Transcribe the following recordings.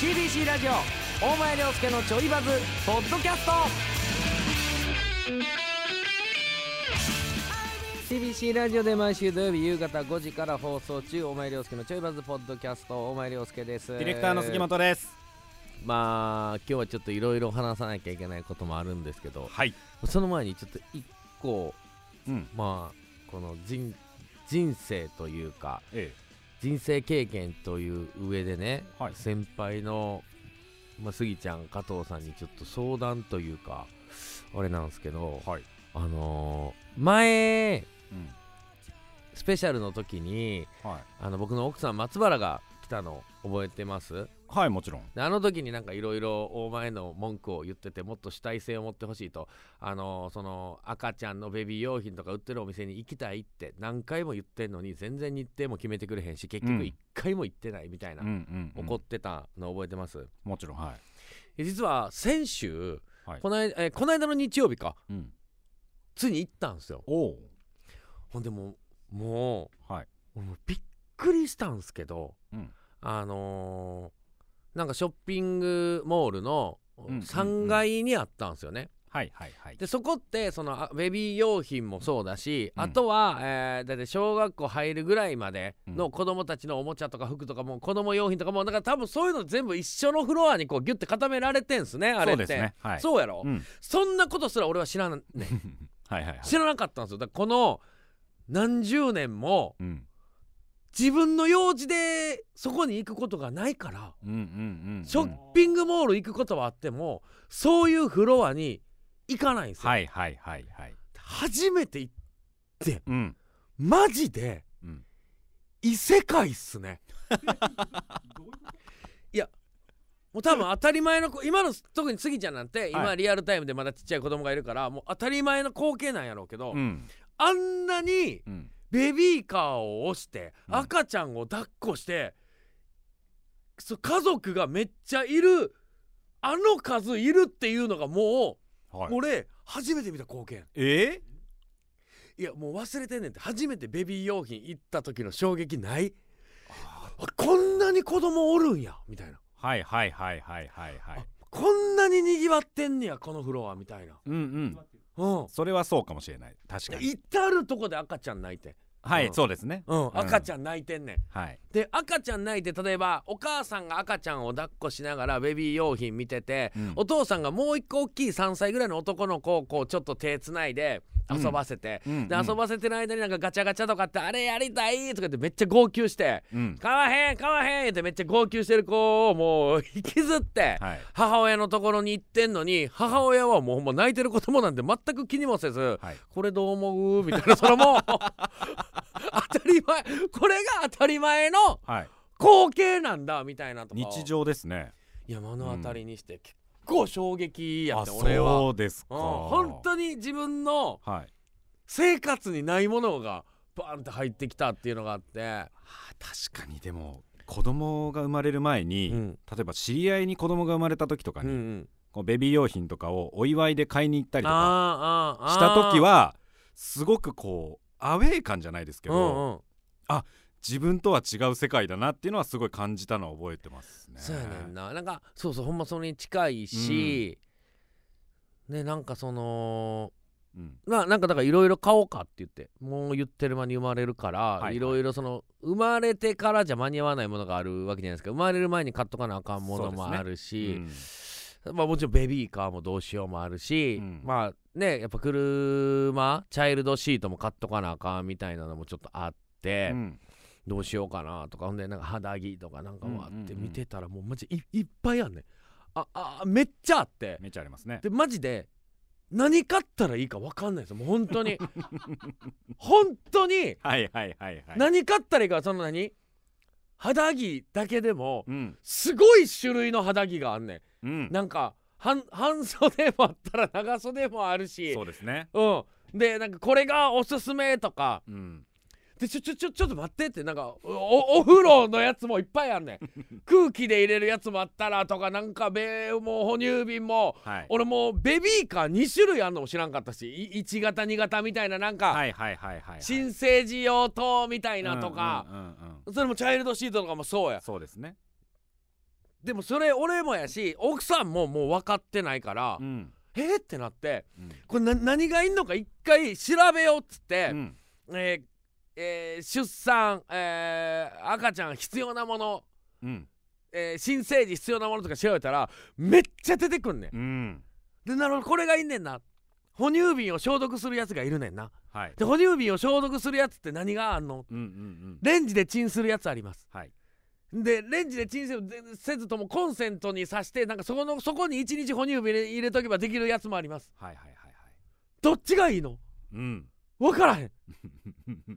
CBC ラジオ大前涼介のちょいバズポッドキャスト CBC ラジオで毎週土曜日夕方5時から放送中大前涼介のちょいバズポッドキャスト大前涼介ですディレクターの杉本です。まあ今日はちょっといろいろ話さなきゃいけないこともあるんですけどはい。その前にちょっと一個うん。まあこの人人生というかえ人生経験という上でね、はい先輩の、まあ、杉ちゃん加藤さんにちょっと相談というかあれなんですけどえ。はい。あのー前うん。スペシャルの時にはい。あの僕の奥さん松原が来たの覚えてますはい、もちろん。であの時になんかいろいろ大前の文句を言っててもっと主体性を持ってほしいとあのその赤ちゃんのベビー用品とか売ってるお店に行きたいって何回も言ってんのに全然日程も決めてくれへんし結う局ん一回も行ってないみたいな、ん怒ってたの覚えてます、もちろん、はい。え実は先週、はいこの間えーこの間の日曜日かうん。ついに行ったんですよおお。ほんでもうもはい。うもうびっくりしたんですけど、うんあのーなんかショッピングモールのんうん3階にあったんですよね、はい、はい、はい。でそこってそのあベビー用品もそうだし、うんあとは、えーだって小学校入るぐらいまでうのん子供たちのおもちゃとか服とかも子供用品とかもだから多分そういうの全部一緒のフロアにこうギュッて固められてんすねあれそっうてですね。はい。そうやろ、うん。そんなことすら俺は知らんね はい、はい、はい。知らなかったんですよだからこの何十年もうん。自分の用事でそこに行くことがないからうん、うん、うんうん。ショッピングモール行くことはあってもそういうフロアに行かないんですよ、はい、はい、はい、はい。初めて行ってうん。マジでうん。異世界っす ねいやもう多分当たり前の子今の特にスギちゃんなんては今いリアルタイムでまだちっちゃい子供がいるからもう当たり前の光景なんやろうけど、うん。あんなにうん。ベビーカーを押してうん赤ちゃんを抱っこして、そう家族がめっちゃいるあの数いるっていうのがもう、はい。俺初めて見た光景えいやもう忘れてんねんって初めてベビー用品行った時の衝撃ないあこんなに子供おるんやみたいなはい、はい、はい、はい、はい、はい。こんなににぎわってんねやこのフロアみたいなうん、うん。うんそれはそうかもしれない。確かに。至るとこで赤ちゃん泣いてはうい、んそうですね。うん赤ちゃん泣いてんねんはい。で赤ちゃん泣いて例えばお母さんが赤ちゃんを抱っこしながらベビー用品見てて、うんお父さんがもう一個大きい3歳ぐらいの男の子をこうちょっと手つないで遊ばせて、うんで遊ばせてる間になんかガチャガチャとかって「あれやりたい!」とかってめっちゃ号泣してうん「買わへん買わへん!」ってめっちゃ号泣してる子をもう引きずって。はい。母親のところに行ってんのに母親はもうほんま泣いてる子供なんて全く気にもせず、はい。これどう思うみたいなそのもう 当たり前これが当たり前のはい。光景なんだみたいなとかを日常ですね。いや目の当たりにして結構衝撃やって、俺あは、うんそうですか。本当に自分のはい。生活にないものがバンって入ってきたっていうのがあって、確かにでも子供が生まれる前に、うん例えば知り合いに子供が生まれた時とかうんに、うん、こうベビー用品とかをお祝いで買いに行ったりとかあーあーあーした時はすごくこうアウェー感じゃないですけうど、んうん自分とは違う世界だなっていうのはすごい感じたのを覚えてますね。そうやねんななんかそうそうほんまそれに近いし、ねなんかそのうんまあなんかだからいろいろ買おうかって言ってもう言ってる間に生まれるかいらはいいろいろその生まれてからじゃ間に合わないものがあるわけじゃないですか生まれる前に買っとかなあかんものもあるうし、んまあもちろんベビーカーもどうしようもあるし、うんまあねやっぱ車チャイルドシートも買っとかなあかんみたいなのもちょっとあって、うんどうしようかなとかほんでなんか肌着とかなんかもあうんっうんてうん見てたらもうマジいいっぱいあんねんああめっちゃあってめっちゃありますね。でマジで何買ったらいいか分かんないですよもう本当 に本当にはいはいはいはい。何買ったらいいかその何肌着だけでもうんすごい種類の肌着があんねうんん、なんか半半袖もあったら長袖もあるしそうですね。うんでなんかこれがおすすめとかうんでちょちょちょちょっと待ってってなんかおお風呂のやつもいっぱいあんねん 空気で入れるやつもあったらとかなんかべもう哺乳瓶もはい、俺もうベビーカー2種類あんのも知らんかったしい1型2型みたいななんか、はいはいはいはいはい。新生児用等みたいなとか、うんうんうんうんそれもチャイルドシートとかもそうやそうですね。でもそれ俺もやし奥さんももう分かってないから、うんえーってなってうんこれな何がいんのか一回調べようっつって、うんえーえー出産、えー赤ちゃん必要なもの、うんえー新生児必要なものとか調べたらめっちゃ出てくんねん。うんでなるほどこれがいんねんな。哺乳瓶を消毒するやつがいるねんな。はいで哺乳瓶を消毒するやつって何があんのうんうんうんレンジでチンするやつあります。はいでレンジでチンせせずともコンセントに挿してなんかそこのそこに1日哺乳瓶入れ入れとけばできるやつもありますはいはいはいはいどっちがいいのうん分からへん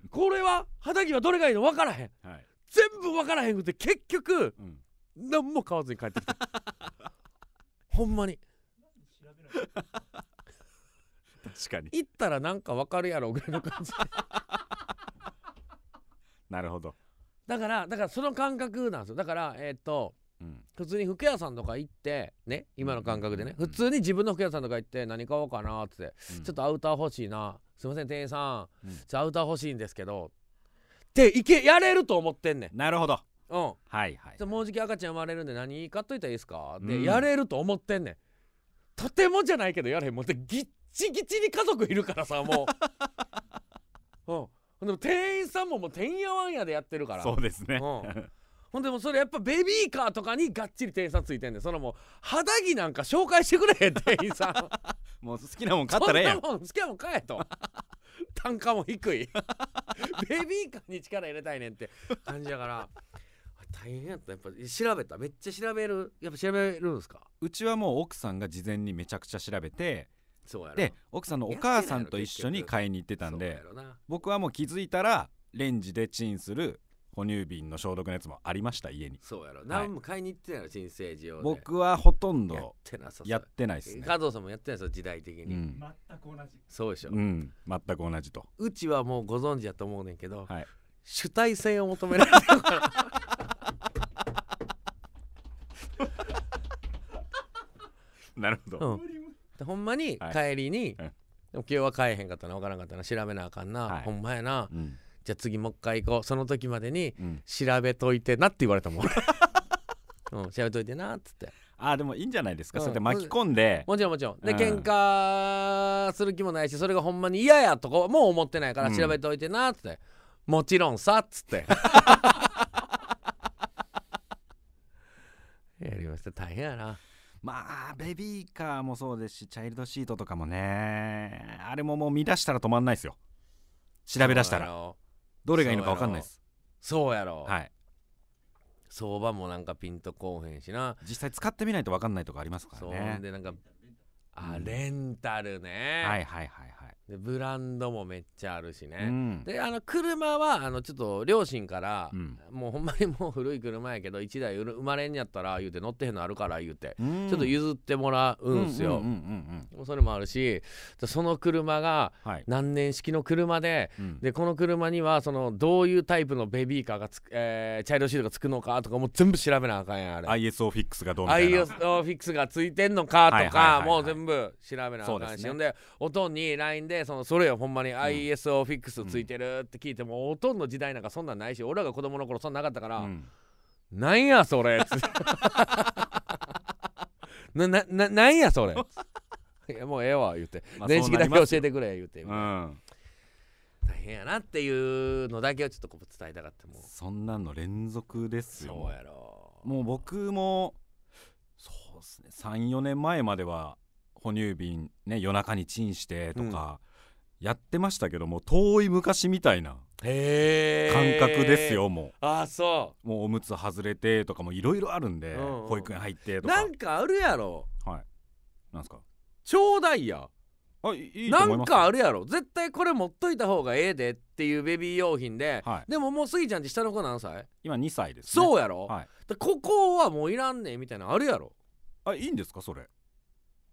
これは肌着はどれがいいの分からへんはい全部分からへんくて結局うん何も買わずに帰ってきたほんまに確かに行ったらなんか分かるやろぐらいの感じなるほどだからだからその感覚なんですよだからえーっとうん普通に服屋さんとか行ってね今の感覚でねうん普通に自分の服屋さんとか行って何買おうかなってちょっととアウター欲しいなすいません店員さん、うんちょっとアウター欲しいんですけどっていけやれると思ってんねんなるほどうんはいはいじゃあもうじき赤ちゃん生まれるんで何買っといたらいいですかって、うんやれると思ってんねんとてもじゃないけどやれへんもうでギッチギチに家族いるからさもううんでも店員さんももうてんやわんやでやってるからそうですねうんほんでもそれやっぱベビーカーとかにがっちり店員さんついてんねんそのもう肌着なんか紹介してくれへん店員 さんもう好きなもん買ったらええやんそんなもん好きなもん買えと単価も低い ベビーカーに力入れたいねんって感じだから大変やったやっぱ調べためっちゃ調べるやっぱ調べるんですかうちはもう奥さんが事前にめちゃくちゃ調べてそうやろで奥さんのお母さんと一緒に買いに行ってたんそうでやろな僕はもう気づいたらレンジでチンする哺乳瓶の消毒のやつもありました家にそうやろ何も買いに行ってないの新生児用で僕はほとんやどってなさそうやってないですね加藤さんもやってないですよ時代的うに、ん、そうでしょ、ううん、全く同じとうちはもうご存知やと思うねんけど、はい主体性を求められて るからなるほど、うんでほんまに帰りに、はいでも今日は帰えへんかったな分からんかったな調べなあかんな、はいほんまやなうんじゃあ次もう一回行こうその時までにうん調べといてなって言われたもん 俺うん、調べといてなっつってああでもいいんじゃないですか、うんそうやって巻き込んで、もちろんもちろんでうん喧嘩する気もないしそれがほんまに嫌やとかもう思ってないからうん調べといてなっつって、もちろんさっつって やりました大変やなまあベビーカーもそうですしチャイルドシートとかもねあれももう見出したら止まんないですよ調べ出したそうやらろどれがいいのか分かんないですそうやろ、はい相場もなんかピンとこうへんしな実際使ってみないと分かんないとかありますかそうらねでなんかあうんレンタルね、はいはいはいはい、でブランドもめっちゃあるしね、うんであの車はあのちょっと両親から、うんもうほんまにもう古い車やけど1台うる生まれんやったら言うて乗ってへんのあるから言うて、うんちょっと譲ってもらうんすよ、うんうんうんそれもあるしでその車がうんはい、何年式の車でうんでこの車にはそのどういうタイプのベビーカーがつく、えーチャイルドシートがつくのかとかもう全部調べなあかんやんあれ ISO フィックスがどうみたいな IOS フィックスがついてんのかとはいはいはいかはいもう全部調べなあそうかでんすしねほんでおとんに LINE でそのそれよほんまに ISO フィックスついてるって聞いてもおとんの時代なんかそんなんないし俺らが子供の頃そんなんなかったからうんなんやそれつ ななななんやそれいやもうええわ言うてまあ年式だけそうなります教えてくれ言うてうん大変やなっていうのだけをちょっとこう伝えたかったもうそんなの連続ですよそうやろもう僕もそうですね34年前までは哺乳瓶ね夜中にチンしてとかやってましたけど、もう遠い昔みたいなへ感え覚ですよ、もああそううもうおむつ外れてとかもいろいろあるんで、うんうん保育園入ってとかなんかあるやろはいなんすかちょうだいやあいいいとな思いんますかあるやろ絶対これ持っといた方がええでっていうベビー用品で、はいでももうスギちゃんって下の子何歳、今2歳です、ね、そうやろ、はいでここはもういらんねんみたいなのあるやろあいいんですかそれ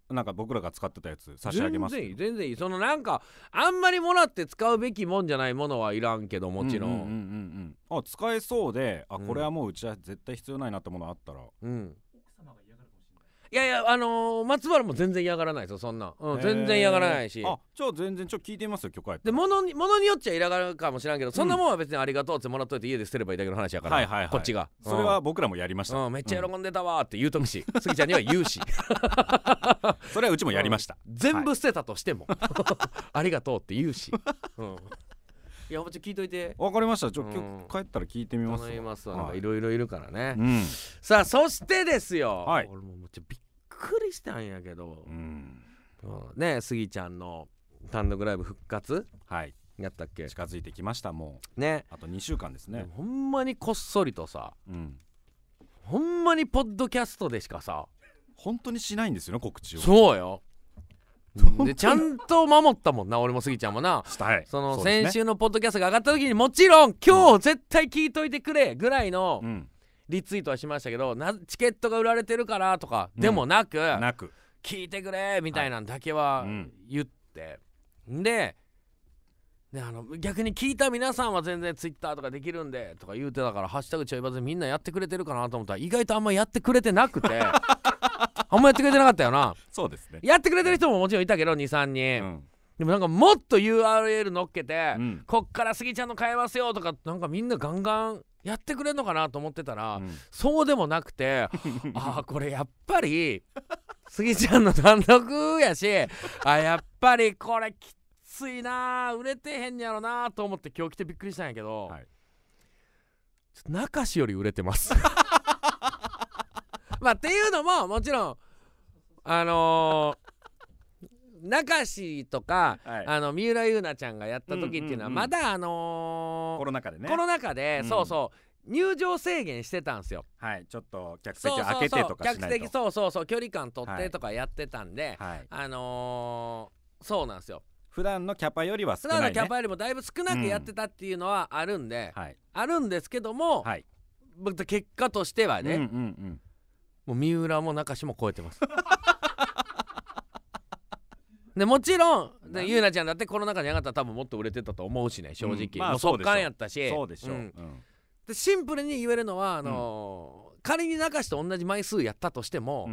なんか僕らが使ってたやつ差し上げます全然いい全然いいそのなんかあんまりもらって使うべきもんじゃないものはいらんけどもちろん、うううんうんあ使えそうであうんこれはもううちは絶対必要ないなってものあったら、うん。いやいやあのー松原も全然嫌がらないですよそんなん、うん、全然嫌がらないしへーあじゃあ全然ちょっと聞いてみますよ許可やったでら物に物によっちゃ嫌がるかもしらんけどそんなもんは別にありがとうってもらっといて家で捨てればいいだけの話やから、はいはいはいこっちがそれは、僕らもやりましうんたうんめっちゃ喜んでたわーって言うとく し杉ちゃんには言うしそれはうちもやりました全部捨てたとしても、 ありがとうって言うし、うん、 いやもうちょっと聞いといてわかりましたちょうっんと帰ったら聞いてみます頼みますわはいなんかいろいろいるからね、うんさあそしてですよ、はい俺ももうちょっとびっくりしたんやけどう、んうんねスギちゃんの単独ライブ復活はいやったっけ近づいてきましたもうねあと2週間ですねほんまにこっそりとさうんほんまにポッドキャストでしかさ本当にしないんですよね告知をそう よでちゃんと守ったもんな俺もスギちゃんもなしたいそのうですね先週のポッドキャストが上がった時にもちろん今日絶対聞いといてくれぐらいのうんリツイートはしましたけどなチケットが売られてるからとかでもなく、なく聞いてくれみたいなんだけははいうん言って、でであの逆に聞いた皆さんは全然ツイッターとかできるんでとか言うてたから「ハッシュタグちょいバズ」みんなやってくれてるかなと思ったら意外とあんまやってくれてなく てあんまやってくれてなかったよなそうですねやってくれてる人ももちろんいたけど23う人、んでもなんかもっと URL 乗っけて、うんこっからスギちゃんの変えますよとかなんかみんなガンガンやってくれるのかなと思ってたら、うんそうでもなく てああこれやっぱりスギちゃんの単独やしあやっぱりこれきついなー売れてへんやろなーと思って今日来てびっくりしたんやけど、はいちょっと中志より売れてます まあっていうのももちろんあのー中志とか、はいあの三浦優奈ちゃんがやった時っていうのはうんうんうんまだあのーコロナ禍でねコロナ禍で、うんそうそう入場制限してたんですよはいちょっと客そうそう席そう開けてとかし客ない席そとうそうそう距離感取っはていとかやってたんで、はいあのーそうなんですよ普段のキャパよりは素少直なないキャねパよりもだいぶ少なくやってたっていうのはあるんで、はいあるんですけども、はいまた結果としてはうんうね、んうんもう三浦も中島も超えてます でもちろんでゆうなちゃんだってコロナ禍に上がったら多分もっと売れてたと思うしね正直、うんまあもうそう速でしょう乾やったしそうでしょう、んうんでシンプルに言えるのはあのー仮に中志と同じ枚数やったとしても、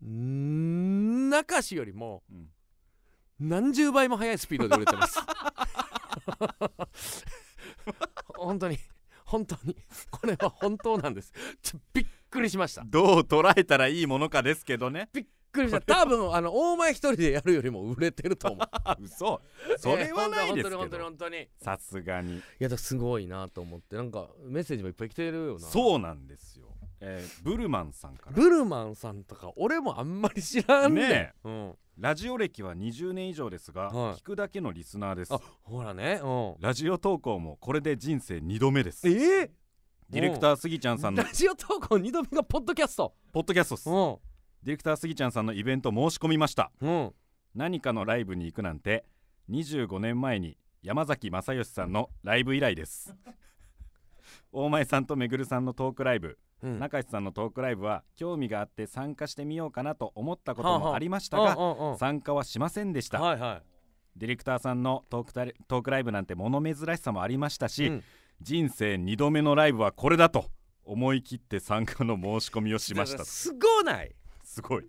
うんん中志よりもうん何十倍も速いスピードで売れてます 本当に本当にこれは本当なんですちょびっくりしましたびっどう捉えたらいいものかですけどねくりした多分あの大前一人でやるよりも売れてると思うあ嘘 それはないですけ本当に本当に本当どにいさすがにやだからすごいなと思ってなんかメッセージもいっぱい来てるよなそうなんですよ、えーブルマンさんからブルマンさんとか俺もあんまり知らんねねうん、ラジオ歴は20年以上ですが、はい聞くだけのリスナーですあほらねうんラジオ投稿もこれで人生2度目ですデえィレクタースギちゃんさんのラジオ投稿2度目がポッドキャストポッドキャストっすデうィレクタースギちゃんさんのイベント申し込みましたんうん何かのライブに行くなんて25年前に山崎正義さんのライブ以来です大前さんとめぐるさんのトークライブうん中石さんのトークライブは興味があって参加してみようかなと思ったこはあとはあもありましたうんがうんうん参加はしませんでした、はいはディレクターさんのトークタレトークライブなんて物珍しさもありましたい、し、うん人生2度目のライブはこれだと思い切って参加の申し込みをしましだかた らすごないすごい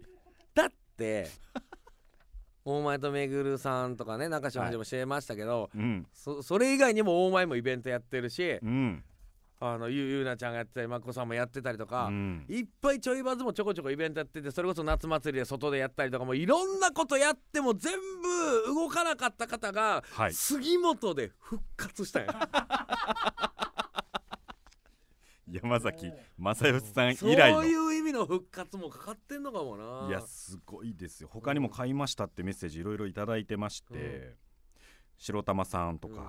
だって大前とめぐるさんとかね中島さんも知りましたけど、うんそそれ以外にも大前もイベントやってるし、うんあのゆゆうなちゃんがやってたりまっこさんもやってたりとか、うんいっぱいちょいバズもちょこちょこイベントやっててそれこそ夏祭りで外でやったりとかもういろんなことやっても全部動かなかった方が、はい杉本で復活したん や山崎正義さんそう以来のいう意味の復活もかかってんのかもないやすごいですよ他にも買いましたってメッセージいろいろいただいてまして、うん白玉さんとか、うん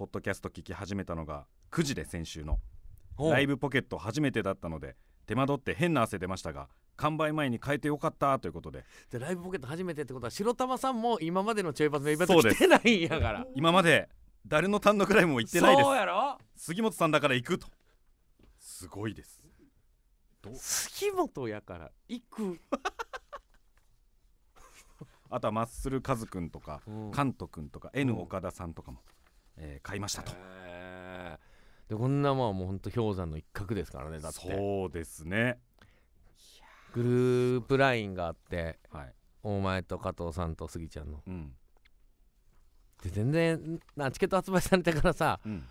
ポッドキャスト聞き始めたのが9時で先週のうんライブポケット初めてだったので手間取って変な汗出ましたが完売前に変えてよかったということででライブポケット初めてってことは白玉さんも今までのちょいパスのイベントそうで来すてないんやから今まで誰の単独ライブも行ってないですそうやろ杉本さんだから行くとすごいです杉本やから行く、あとはマッスルカズくんとか、うんカントくんとか N 岡田さんとかも、えー買いましたとへーでこんなまあもうほんと氷山の一角ですからねだってそうですねグループラインがあってはいお前と加藤さんと杉ちゃんのうんで全然なチケット発売されてからさうん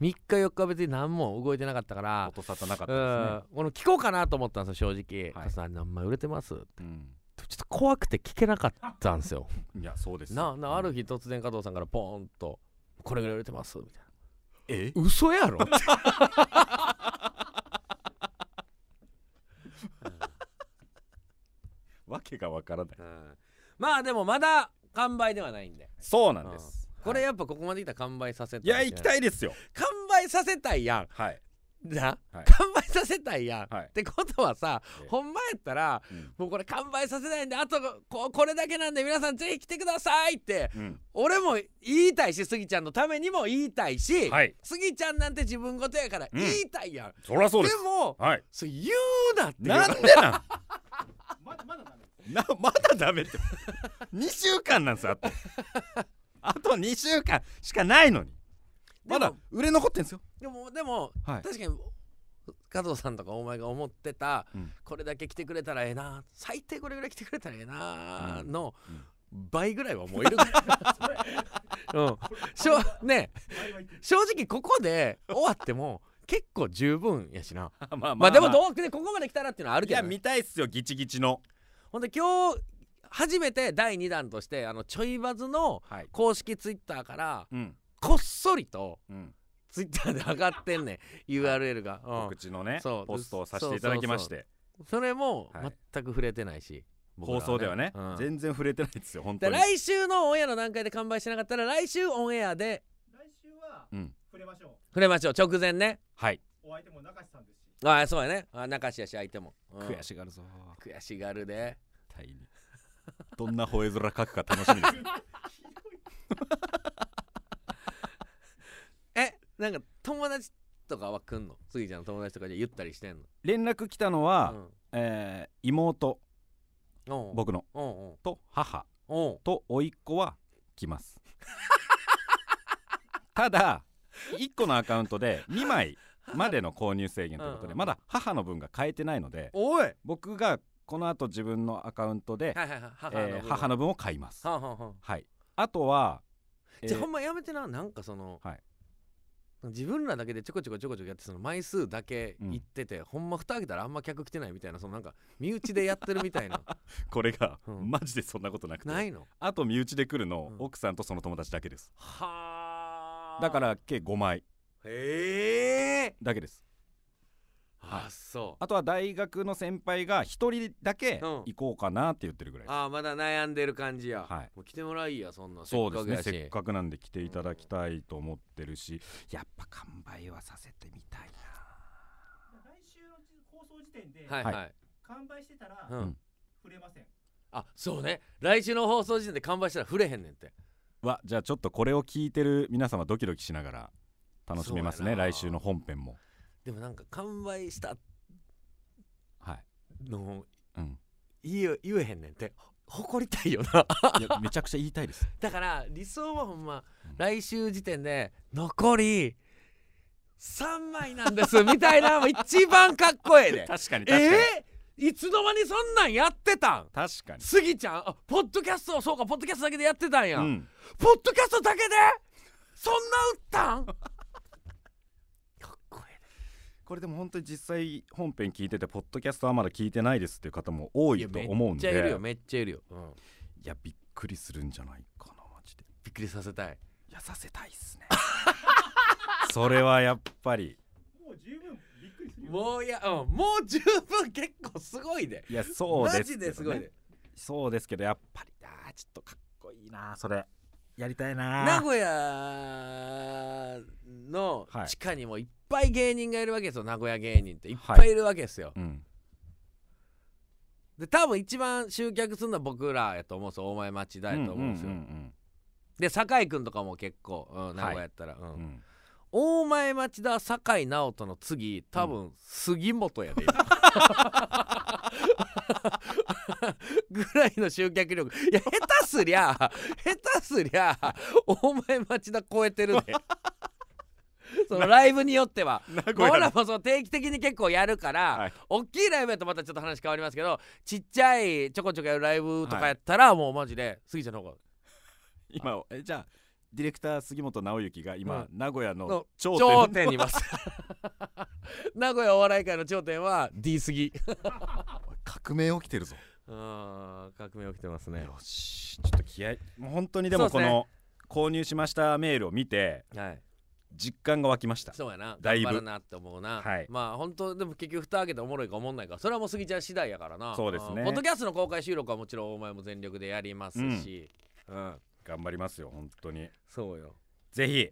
3日4日別に何も動いてなかったから音沙汰なかっうたんこの聞こうかなと思ったんですよ正直、はい加藤さん何枚売れてますですねちょっと怖くて聞けなかったんですようんいやそうですなよなある日突然加藤さんからポーンと「これぐらい売れてます」みたいえな嘘や ろわけがわからないうんまあでもまだ完売ではないんでそうなんですこれはいやっぱここまで来たら完売させたいや行きいたいですよ完売させたいやはいんな、は完い売させたいやん、はいってことはさええほんまやったらうんもうこれ完売させないんであとここれだけなんで皆さんぜひ来てくださいってうん俺も言いたいしスギちゃんのためにも言いたいし、はいスギちゃんなんて自分事やからうん言いたいやん、そりゃそうでですもはいそれ言うなっていうなんで なんまだまだダメなまだダメって 2週間なんですあとあと2週間しかないのにでもまだ売れ残ってんですよでもでもはい確かに加藤さんとかお前が思ってた、うんこれだけ来てくれたらええな最低これぐらい来てくれたらええなうんの倍ぐらいはもういる から、うん、しょね正直ここで終わっても結構十分やしな まあまあまあでも同枠でここまで来たらっていうのはあるいけやどね、見たいっすよギチギチのほんで今日初めて第2弾としてあのちょいバズのはい公式ツイッターからうんこっそりとうんツイッターで上がってん ねん URL が、うん告知のねそうポストをさせていただきましてそれもはい全く触れてないし、僕ら放送ではねうん全然触れてないですよ本当でに来週のオンエアの段階で完売しなかったら来週オンエアで来週はうん触れましょ触れましょう直前ねはいお相手も中地さんですしああそうやねあ中志やし相手も、うん悔しがるぞ悔しがるでタイにどんな吠え面書くか楽しみですえなんか友達とかは来んのスギちゃんの友達とかで言ったりしてんの 連絡来たのはうんえー妹おう僕のおうと母おうおうと甥っ子は来ます ただ1個のアカウントで2枚までの購入制限というこうとんうでんまだ母の分が変えてないのでおいはい僕がこの後自分のアカウントで、はいはい母の,、えー母の分を買いますはんはんはんはいあとは、えじゃあーほんまやめてななんかその、はい自分らだけでちょこちょこちょこちょこやってその枚数だけ行ってて、ほんま蓋開けたらあんま客来てないみたいなそのなんか身内でやってるみたい なこれが、うんマジでそんなことなくてないのあと身内で来るの、うん奥さんとその友達だけですはあだから計5枚へえだけですあそうあとは大学の先輩が1人だけうん行こうかなって言ってるぐらいです、ああまだ悩んでる感じや、はいもう来てもらいやそんなそうですせねっかくせやっしかくなんで来ていただきたいと思ってるし、やっぱ完売はさせてみたい来週の放送時点ではいはい、完売してたらうんうん触れませんあそうね来週の放送時点で完売したら触れへんねんってなわじゃあちょっとこれを聞いてる皆様ドキドキしながら楽しめますそうやねな来週の本編もでもなんか完売したはい、のうん、言え言えへんねんってほ誇りたいよないやめちゃくちゃ言いたいです だから理想はほんま、うん来週時点で残り3枚なん ですみたいなのも一番かっこええで確かに確かに、えー、いつの間にそんなんやってたん確かにスギちゃんあポッドキャストそうかポッドキャストだけでやってたんや、うん、ポッドキャストだけでそんな打ったんか っこえこれでも本当に実際本編聞いててポッドキャストはまだ聞いてないですっていう方も多えいと思うめっんでちゃいるよめっちゃいるよ、うん、いやびっくりするんじゃないかなマジでびっくりさせたいいやさせたいっすね それはやっぱりもう十分びっくりするよもういや、うん、もう十分結構すごいでいやそうですマジですごいでそうですけどやっぱりあーちょっとかっこいいなそれやりたい名な古屋のはい地下にもいっぱい芸人がいるわけですよ名古屋芸人っていっぱいいるわけですよ、うんで多分一番集客するのは僕らやと思うんですよ大前町だやと思うんですよ、んで酒井君とかも結構、うん、名古屋やったら、ううんんうん大前町田酒井直人の次多分杉本 やで、今ぐらいの集客力いや下手すり ゃ下手すりゃ大前町田超えてるでそのライブによっては名古俺屋らのもその定期的に結構やるから、はい大きいライブやとまたちょっと話変わりますけどちっちゃいちょこちょこやるライブとかやったら、もうマジで杉ちゃんの方が今えじゃあディレクター杉本直之が今、う名古屋のの頂点頂点にいます 名古屋お笑い界の頂点は D 杉 革命起きてるぞうん革命起きてますねよしちょっと気合いもう本当にでもそこうですねの、購入しましたメールを見てはい実感が湧きましたそうやなだ頑いぶ張るなって思うな、はいまあ本当でも結局蓋開けておもろいかおもんないかそれはもう杉ちゃん次第やからなそうですねんポッドキャストの公開収録はもちろんお前も全力でやりますし、うん、頑張りますよ本当にそうよぜひ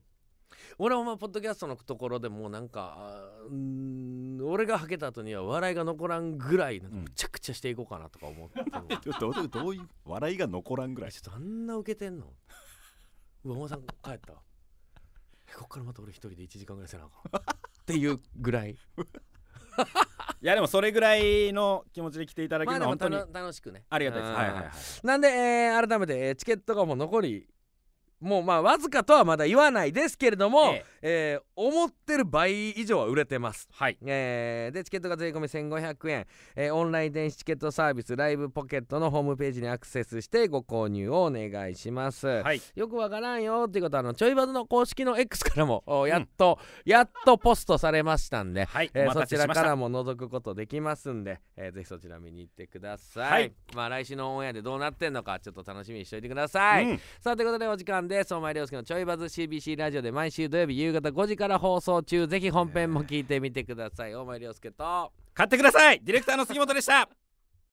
俺もまあポッドキャストのところでもうなんかあーうーん俺がはけた後には笑いが残らんぐらいなんかむちゃくちゃしていこうかなとか思ってる、ちょちょっとどうどういう笑いが残らんぐらいっとあんな受けてんのうわお前さん帰った えこっからまた俺一人で1時間ぐらいせなあ かんっていうぐらいいやでもそれぐらいの気持ちで来ていただけまあるでのはも本当たにの楽しくねありがたいです、うんはいはいはいなんで、えー改めて、えーチケットがもう残りもうまあわずかとはまだ言わないですけれども、ええー思ってる倍以上は売れてますはいえーでチケットが税込み1500円、えーオンライン電子チケットサービスライブポケットのホームページにアクセスしてご購入をお願いします、はいよくわからんよっていうことはあのちょいバズの公式の X からもおやっと、やっとポストされましたんで、はい、えー お待そたせちしらまかしたらも覗くことできますんで、えーぜひそちら見に行ってください、はいまあ来週のオンエアでどうなってんのかちょっと楽しみにしておいてください、うんさあということでお時間ですお前涼介のちょいバズ CBC ラジオで毎週土曜日夕方5時から放送中ぜひ本編も聞いてみてください、お前涼介と買ってくださいディレクターの杉本でした